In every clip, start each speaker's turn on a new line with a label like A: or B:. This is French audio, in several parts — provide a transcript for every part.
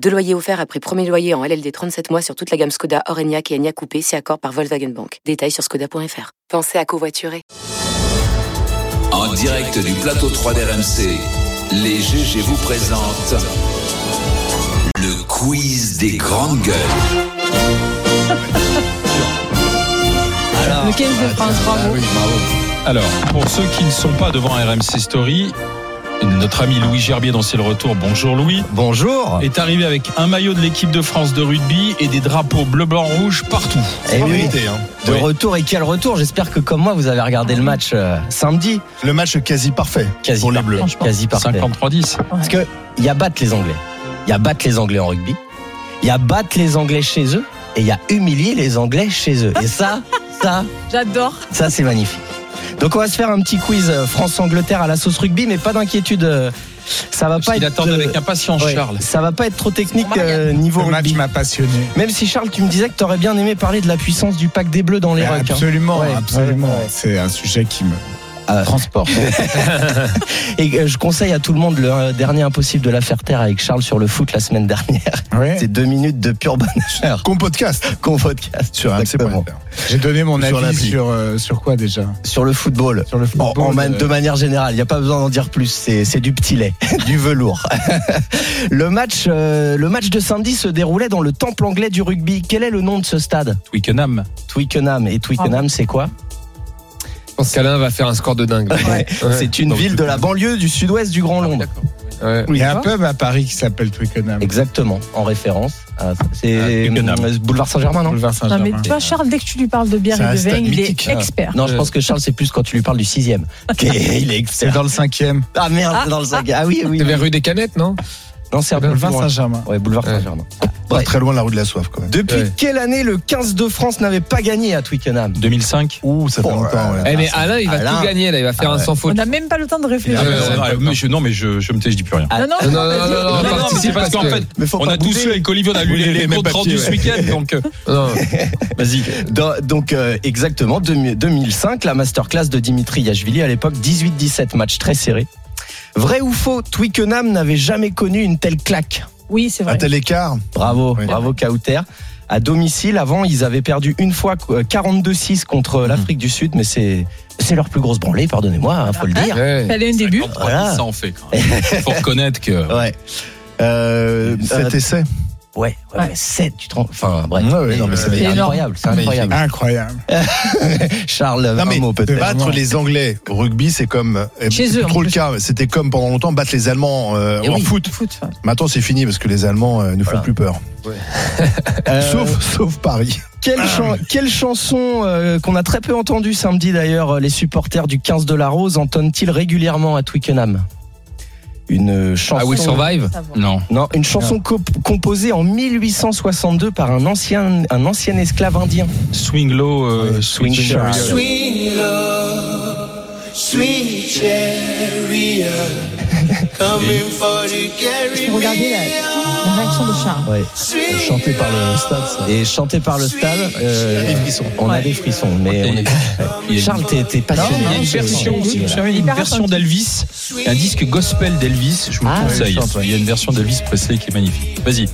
A: Deux loyers offerts après premier loyer en LLD 37 mois sur toute la gamme Skoda, Orenia et Enya Coupé, si accord par Volkswagen Bank. Détails sur skoda.fr. Pensez à covoiturer.
B: En direct du plateau 3 d'RMC, les GG vous présentent le quiz des grandes gueules.
C: Le 15 de France, bravo.
D: Alors, pour ceux qui ne sont pas devant RMC Story, notre ami Louis Gerbier dans C'est le retour, bonjour Louis,
E: Bonjour.
D: est arrivé avec un maillot de l'équipe de France de rugby et des drapeaux bleu, blanc, rouge partout.
E: Eh
D: En
E: oui.
D: vérité, hein.
E: De
D: Oui.
E: retour et quel retour J'espère que comme moi vous avez regardé le match euh, samedi.
F: Le match quasi parfait.
E: Quasi
F: Pour les
E: parfait,
F: Bleus.
E: Quasi parfait.
D: 53-10.
E: Parce que il y a battre les Anglais. Il y a battre les Anglais en rugby. Il y a battre les Anglais chez eux et il y a humilier les Anglais chez eux. Et ça, ça,
C: J'adore.
E: ça c'est magnifique. Donc on va se faire un petit quiz euh, France-Angleterre à la sauce rugby, mais pas d'inquiétude. euh, Ça va pas
D: Il
E: être.
D: attend
E: euh,
D: avec impatience
E: ouais,
D: Charles.
E: Ça va pas être trop technique euh, niveau
G: Le match
E: rugby.
G: m'a passionné.
E: Même si Charles, tu me disais que t'aurais bien aimé parler de la puissance du pack des Bleus dans les rocks. hein.
G: Absolument,
E: Ouais,
G: absolument.
E: ouais, ouais.
G: C'est un sujet qui me transporte.
E: Ah. Et euh, je conseille à tout le monde le euh, dernier impossible de la faire taire avec Charles sur le foot la semaine dernière.
G: Ouais.
E: C'est deux minutes de pur bonheur
G: Qu'on podcast
E: qu'on podcast
F: Sur
E: Exactement.
F: RMC.fr.
G: J'ai donné mon
F: Sur
G: avis
F: l'appli.
G: sur, euh, sur quoi déjà
E: sur le football.
G: Sur le
E: En,
G: football.
E: en man-
G: euh,
E: de manière générale, il n'y a pas besoin d'en dire plus. C'est c'est du petit lait, du velours. le match, euh, le match de samedi se déroulait dans le temple anglais du rugby. Quel est le nom de ce stade
D: Twickenham.
E: Twickenham. Et Twickenham, c'est quoi
H: Je pense qu'Alain va faire un score de dingue.
E: Ouais. C'est une
H: Donc,
E: ville de la banlieue du sud-ouest du Grand Londres.
H: ouais.
G: Il y a un pub à Paris qui s'appelle Twickenham.
E: Exactement, en référence. à- C'est
D: Twickenham.
E: euh, boulevard Saint-Germain, non
G: Boulevard
C: Non, mais
G: Saint-Germain.
C: tu vois, Charles, dès que tu lui parles de bière
G: C'est
C: et
G: un
C: de vin,
G: stade
C: il est
G: mythique.
C: expert.
E: Non, je pense que Charles, c'est plus quand tu lui parles du sixième. Ok, Il est
G: C'est
E: excellent.
G: dans le cinquième.
E: Ah merde, c'est dans le sac. Ah oui, oui.
H: T'es vers rue des Canettes, non
E: Non, c'est un peu plus
G: Boulevard
E: loin.
G: Saint-Germain.
E: Ouais, boulevard
H: Ouais.
E: Saint-Germain.
F: Pas
E: Ouais.
F: très loin de la rue de la soif quand même.
E: Depuis
H: Ouais.
E: quelle année le 15 de France n'avait pas gagné à Twickenham
D: 2005.
G: Ouh, ça fait
E: Oh,
G: longtemps.
E: ouais.
G: ouais.
H: Eh, mais Alain, il va
E: Alain.
H: tout gagner, là. Il va faire
E: Ah
H: un
E: ouais.
H: sans
C: On
H: faute.
C: n'a même pas le temps de réfléchir.
G: Il a-
D: Euh,
G: ouais,
D: mais je- non, mais je, je me tais, je dis plus rien.
E: Ah,
C: Non, non,
H: Non, non, non, non, non,
D: Non, non, mais c'est
H: participe
D: parce qu'en fait,
E: Mais faut
D: on
E: pas
D: a tous
E: bouder.
D: eu avec Olivier, on a lu
G: Oui,
D: les,
G: les
D: les
G: mêmes
D: comptes rendus
G: papiers,
D: ce
G: ouais.
D: week-end, donc euh,
H: Non,
D: vas-y.
E: Dans- donc euh, exactement, 2000 2005, la masterclass de Dimitri Yachvili à l'époque, 18-17, match très serré. Vrai ou faux, Twickenham n'avait jamais connu une telle claque.
C: Oui, c'est
F: Un
C: vrai.
F: tel écart,
E: Bravo,
F: Oui.
E: bravo Kauter. À domicile, avant, ils avaient perdu une fois euh, 42-6 contre l'Afrique du Sud, mais c'est c'est leur plus grosse branlée, pardonnez-moi, hein, faut le dire.
H: ouais.
C: Fallait un début.
D: 53,
E: Voilà.
D: Ça en fait. quand même. Faut reconnaître que.
E: Ouais. Euh, euh,
F: cet essai.
E: ouais, ouais,
C: Ouais.
E: 7, tu te rends- Enfin, bref.
G: Ouais, ouais,
E: Mais,
G: non, mais
E: euh,
G: c'est
E: c'est
C: énorme.
E: incroyable, c'est incroyable.
G: Incroyable.
E: Charles,
F: Non,
E: un
F: mais
E: mot peut-être.
F: battre les Anglais au rugby, c'est comme. euh,
C: Chez eux,
F: c'est plus
C: en
F: trop le
C: plus.
F: cas. C'était comme pendant longtemps battre les Allemands euh,
E: Eh
F: en
E: oui.
F: foot.
C: Foot, ouais.
F: Maintenant, c'est fini parce que les Allemands euh, ne font
E: Voilà.
F: plus peur.
E: Euh,
F: Sauf, sauf Paris.
E: Quelle, chan- quelle chanson euh, qu'on a très peu entendue samedi d'ailleurs, euh, les supporters du 15 de la Rose entonnent-ils régulièrement à Twickenham Une euh, chanson.
H: I will survive.
C: Ça va.
D: Non.
E: Non, une chanson comp- composée en 1862 par un ancien, un ancien esclave indien.
D: Swing low, euh, swing,
E: Swing
D: sharp.
C: Regardez la, la réaction de Charles.
E: Ouais. Chanté par le stade. Et chanté par le stade. euh, On a des frissons. Mais on est-
D: Il y a-
E: Charles, t'es t'es passionné.
D: Il y a une version,
E: Voilà.
D: oui, vous savez, une
C: Hyper
D: version
C: attentif.
D: d'Elvis, un disque gospel d'Elvis, je vous
E: Ah,
D: le conseille.
E: oui, sympa.
D: Il y a une version d'Elvis Presley qui est magnifique. Vas-y.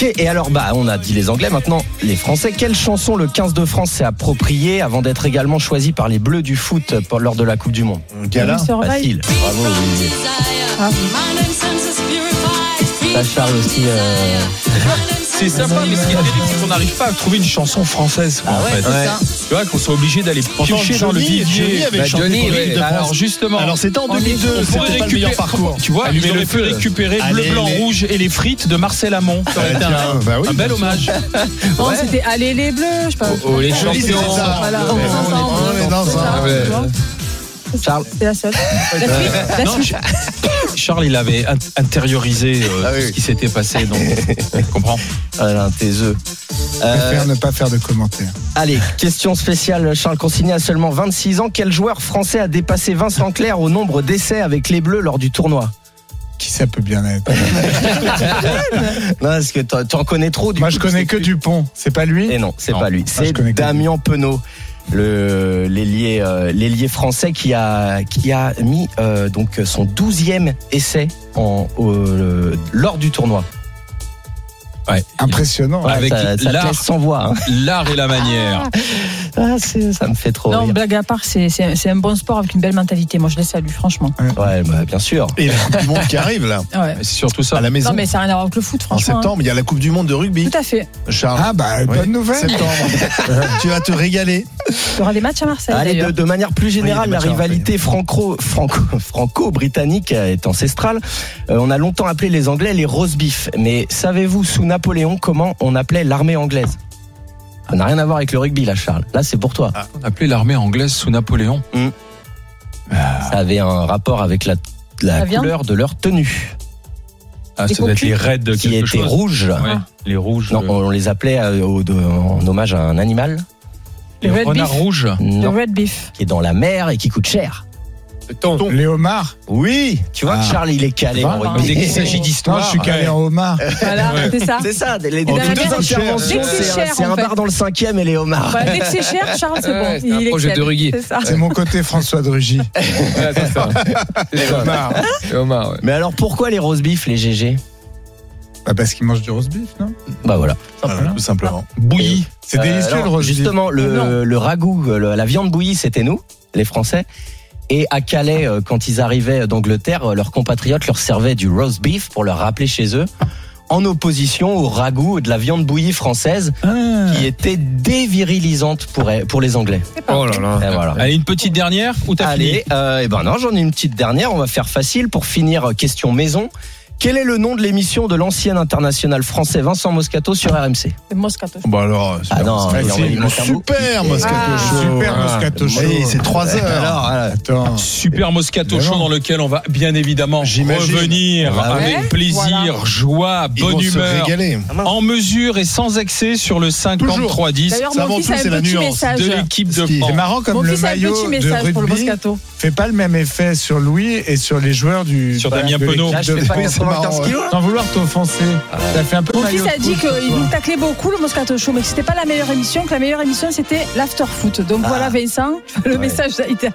E: Ok, et alors, bah, on a dit les Anglais, maintenant les Français. Quelle chanson le 15 de France s'est appropriée avant d'être également choisie par les Bleus du foot pour- lors de la Coupe du Monde
F: Gala.
C: Il se revaille.
E: Facile. Bravo, oui.
C: Ah.
E: Ça, Charles aussi. euh,
D: C'est sympa, mais ce qui est terrible, c'est qu'on n'arrive pas à trouver une chanson française. quoi, en fait. Tu vois, qu'on soit obligé d'aller piocher dans le
F: Johnny- Johnny
D: vivier.
F: avait
H: Bah,
F: chanté
H: Johnny,
F: pour l'équipe
H: ouais.
F: de France.
D: Alors justement,
F: Alors, c'était en
D: on-
F: 2002,
D: on
F: c'était
D: pourrait
F: pas le meilleur parcours.
D: Tu vois,
F: Allumez
D: ils auraient
F: le
D: pu
F: feu.
D: récupérer
F: Allez,
D: bleu, blanc,
F: les-
D: rouge et les frites de Marcel Amont. Ça aurait été un,
F: tiens, bah oui,
D: un bel
F: bien sûr.
D: hommage.
C: Non, c'était Allez les Bleus, je sais pas.
H: Oh, oh, les
F: Johnny, c'est
H: champions.
F: ça.
C: Voilà,
F: On
C: on
F: est-
C: est ensemble.
F: on est dans
C: C'est
F: un-
C: ça,
H: ouais.
C: tu vois.
E: Charles.
C: C'est la seule. La suite, la
D: Non,
C: suite.
D: je, Charles, il avait in- intériorisé euh,
E: Ah
D: tout
E: oui.
D: ce qui s'était passé. Donc, je comprends.
E: Ah là, tes œufs.
G: Je
E: Euh,
G: préfère ne pas faire de commentaires.
E: allez, question spéciale. Charles Consigny a seulement 26 ans. Quel joueur français a dépassé Vincent Clerc au nombre d'essais avec les Bleus lors du tournoi
G: Qui ça peut bien être
E: Non, parce que t'en- tu en connais trop du
G: Moi,
E: coup,
G: je
E: tu sais
G: connais que Dupont. C'est pas lui
E: Et non, c'est
D: Non.
E: pas lui.
G: Ah, je
E: C'est
G: connais que lui.
E: Damien Penaud, le l'ailier euh, l'ailier français qui a qui a mis euh, donc son 12e essai en euh, lors du tournoi.
D: Ouais.
G: Impressionnant.
D: Ouais. Avec
E: ça, ça te
D: l'art.
E: laisse sans voix. hein.
D: L'art et la manière.
E: Ah, c'est- ça me fait trop
C: Non,
E: rire.
C: blague à part, c'est- c'est un- c'est un bon sport avec une belle mentalité. Moi, je les salue, franchement.
E: Ouais, bah, bien sûr.
F: Et la Coupe du Monde qui arrive, là,
C: Ouais.
D: C'est surtout ça.
F: à la maison.
C: Non, mais ça n'a rien à voir avec le foot,
F: En
C: franchement.
F: septembre, il y a la Coupe du Monde de
C: hein.
F: rugby.
C: Tout à fait.
F: Charles.
G: Ah bah,
F: Oui.
G: bonne nouvelle.
F: Septembre. tu vas te régaler.
C: Il y aura des matchs à Marseille.
E: Allez, de,
C: d'ailleurs.
E: de manière plus générale,
F: Oui, il y
E: la
F: a des matchs à
E: rivalité franco- franco- franco-britannique est ancestrale. Euh, on a longtemps appelé les Anglais les roast beef. Mais savez-vous, sous Napoléon, comment on appelait l'armée anglaise Ça n'a rien à voir avec le rugby, là, Charles. Là, c'est pour toi.
D: On appelait l'armée anglaise sous Napoléon.
E: Ça avait un rapport avec la, la
C: La viande
E: couleur de leur tenue,
D: Ah,
C: Les
D: ça doit être
C: coquilles
D: les raids de
E: qui
D: quelque
E: était
D: chose.
E: rouge.
D: Ouais, Les rouges.
E: Non,
D: euh,
E: on les appelait euh, au- de- en hommage à un animal
D: les
C: Le red
D: renards
C: beef.
D: rouges.
C: Le
E: non,
C: red beef.
E: qui est dans la mer et qui coûte cher.
G: Les homards.
E: Oui, tu vois,
G: Ah.
E: Charles, il est calé. en
C: Vraiment.
E: rugby.
D: Dès qu'il s'agit
G: Non,
D: d'histoire.
G: Oh, je
E: Ah,
G: suis calé
D: ouais.
G: en homard.
C: Voilà, c'est ça.
E: C'est ça, Oh, les les
C: dans
E: deux
C: la mer, c'est cher.
E: interventions,
C: Dès que c'est
E: c'est un-
C: cher,
E: c'est
C: en
E: un
C: fait.
E: bar dans le cinquième et les homards.
C: Bah, dès que c'est cher, Charles, c'est
H: Ouais,
C: bon.
H: c'est un projet de rugby.
C: C'est ça.
G: C'est mon côté François de Rugy.
H: Voilà, c'est ça. C'est ça.
G: Homard.
H: C'est Omar, ouais.
E: Mais alors pourquoi les roast beef, les GG
G: Bah, parce qu'il mange du roast beef, non
E: Bah voilà.
G: Ah,
F: Voilà, tout simplement.
G: Bouilli. C'est
E: Euh,
G: délicieux
E: alors,
G: le roast beef.
E: Justement, le, le ragoût, euh, le- la viande bouillie, c'était nous, les Français. Et à Calais, euh, quand ils arrivaient d'Angleterre, euh, leurs compatriotes leur servaient du roast beef pour leur rappeler chez eux. En opposition au ragoût de la viande bouillie française, qui était dévirilisante pour, pour les Anglais.
H: Oh là là.
E: Et voilà.
D: Allez, une petite dernière ou t'as fini
E: Allez, euh, eh ben non, j'en ai une petite dernière. On va faire facile pour finir. euh, Question maison. Quel est le nom de l'émission de l'ancien international français Vincent Moscato sur RMC
C: C'est Moscato.
F: Bon, alors. euh,
E: Ah non,
F: super-
E: il en
F: c'est
E: manque un bout.
F: super, Moscato
C: Ah.
F: Show.
G: Super
F: Ah.
G: Moscato Show.
F: Oui, c'est 3 heures.
E: Alors, voilà.
G: Attends.
D: Super Moscato
G: Mais
D: Show
G: non.
D: dans lequel on va bien évidemment
F: J'imagine.
D: revenir
E: Ah
C: ouais.
D: avec plaisir,
C: Voilà.
D: joie,
F: Ils vont
D: bonne
F: se
D: humeur,
F: régaler.
D: en mesure et sans excès sur le 53-10
C: D'ailleurs,
F: ça, avant
C: mon fils
F: tout,
C: a un
F: c'est la
C: petit
F: nuance.
C: message.
D: de l'équipe de
F: Ce qui-
G: C'est
D: France.
G: marrant
C: Mon
G: comme le
C: fils a un
G: maillot
C: petit
G: de
C: message pour le
G: rugby
C: Moscato.
G: fait pas le même effet sur Louis et sur les joueurs du.
D: Sur
G: bah,
D: Damien
G: de
D: Penaud.
G: l'équipe
E: Là, je
G: de
E: fais pas
G: France.
E: 95 kilos.
G: Sans vouloir t'offenser, ça fait un peu
C: Mon
G: maillot
C: fils a
G: de
C: dit
G: foot, quoi.
C: qu'il nous taclait beaucoup le Moscato Show, mais que c'était pas la meilleure émission, que la meilleure émission c'était l'after foot. Donc
E: Ah.
C: voilà Vincent, le message d'Aïda.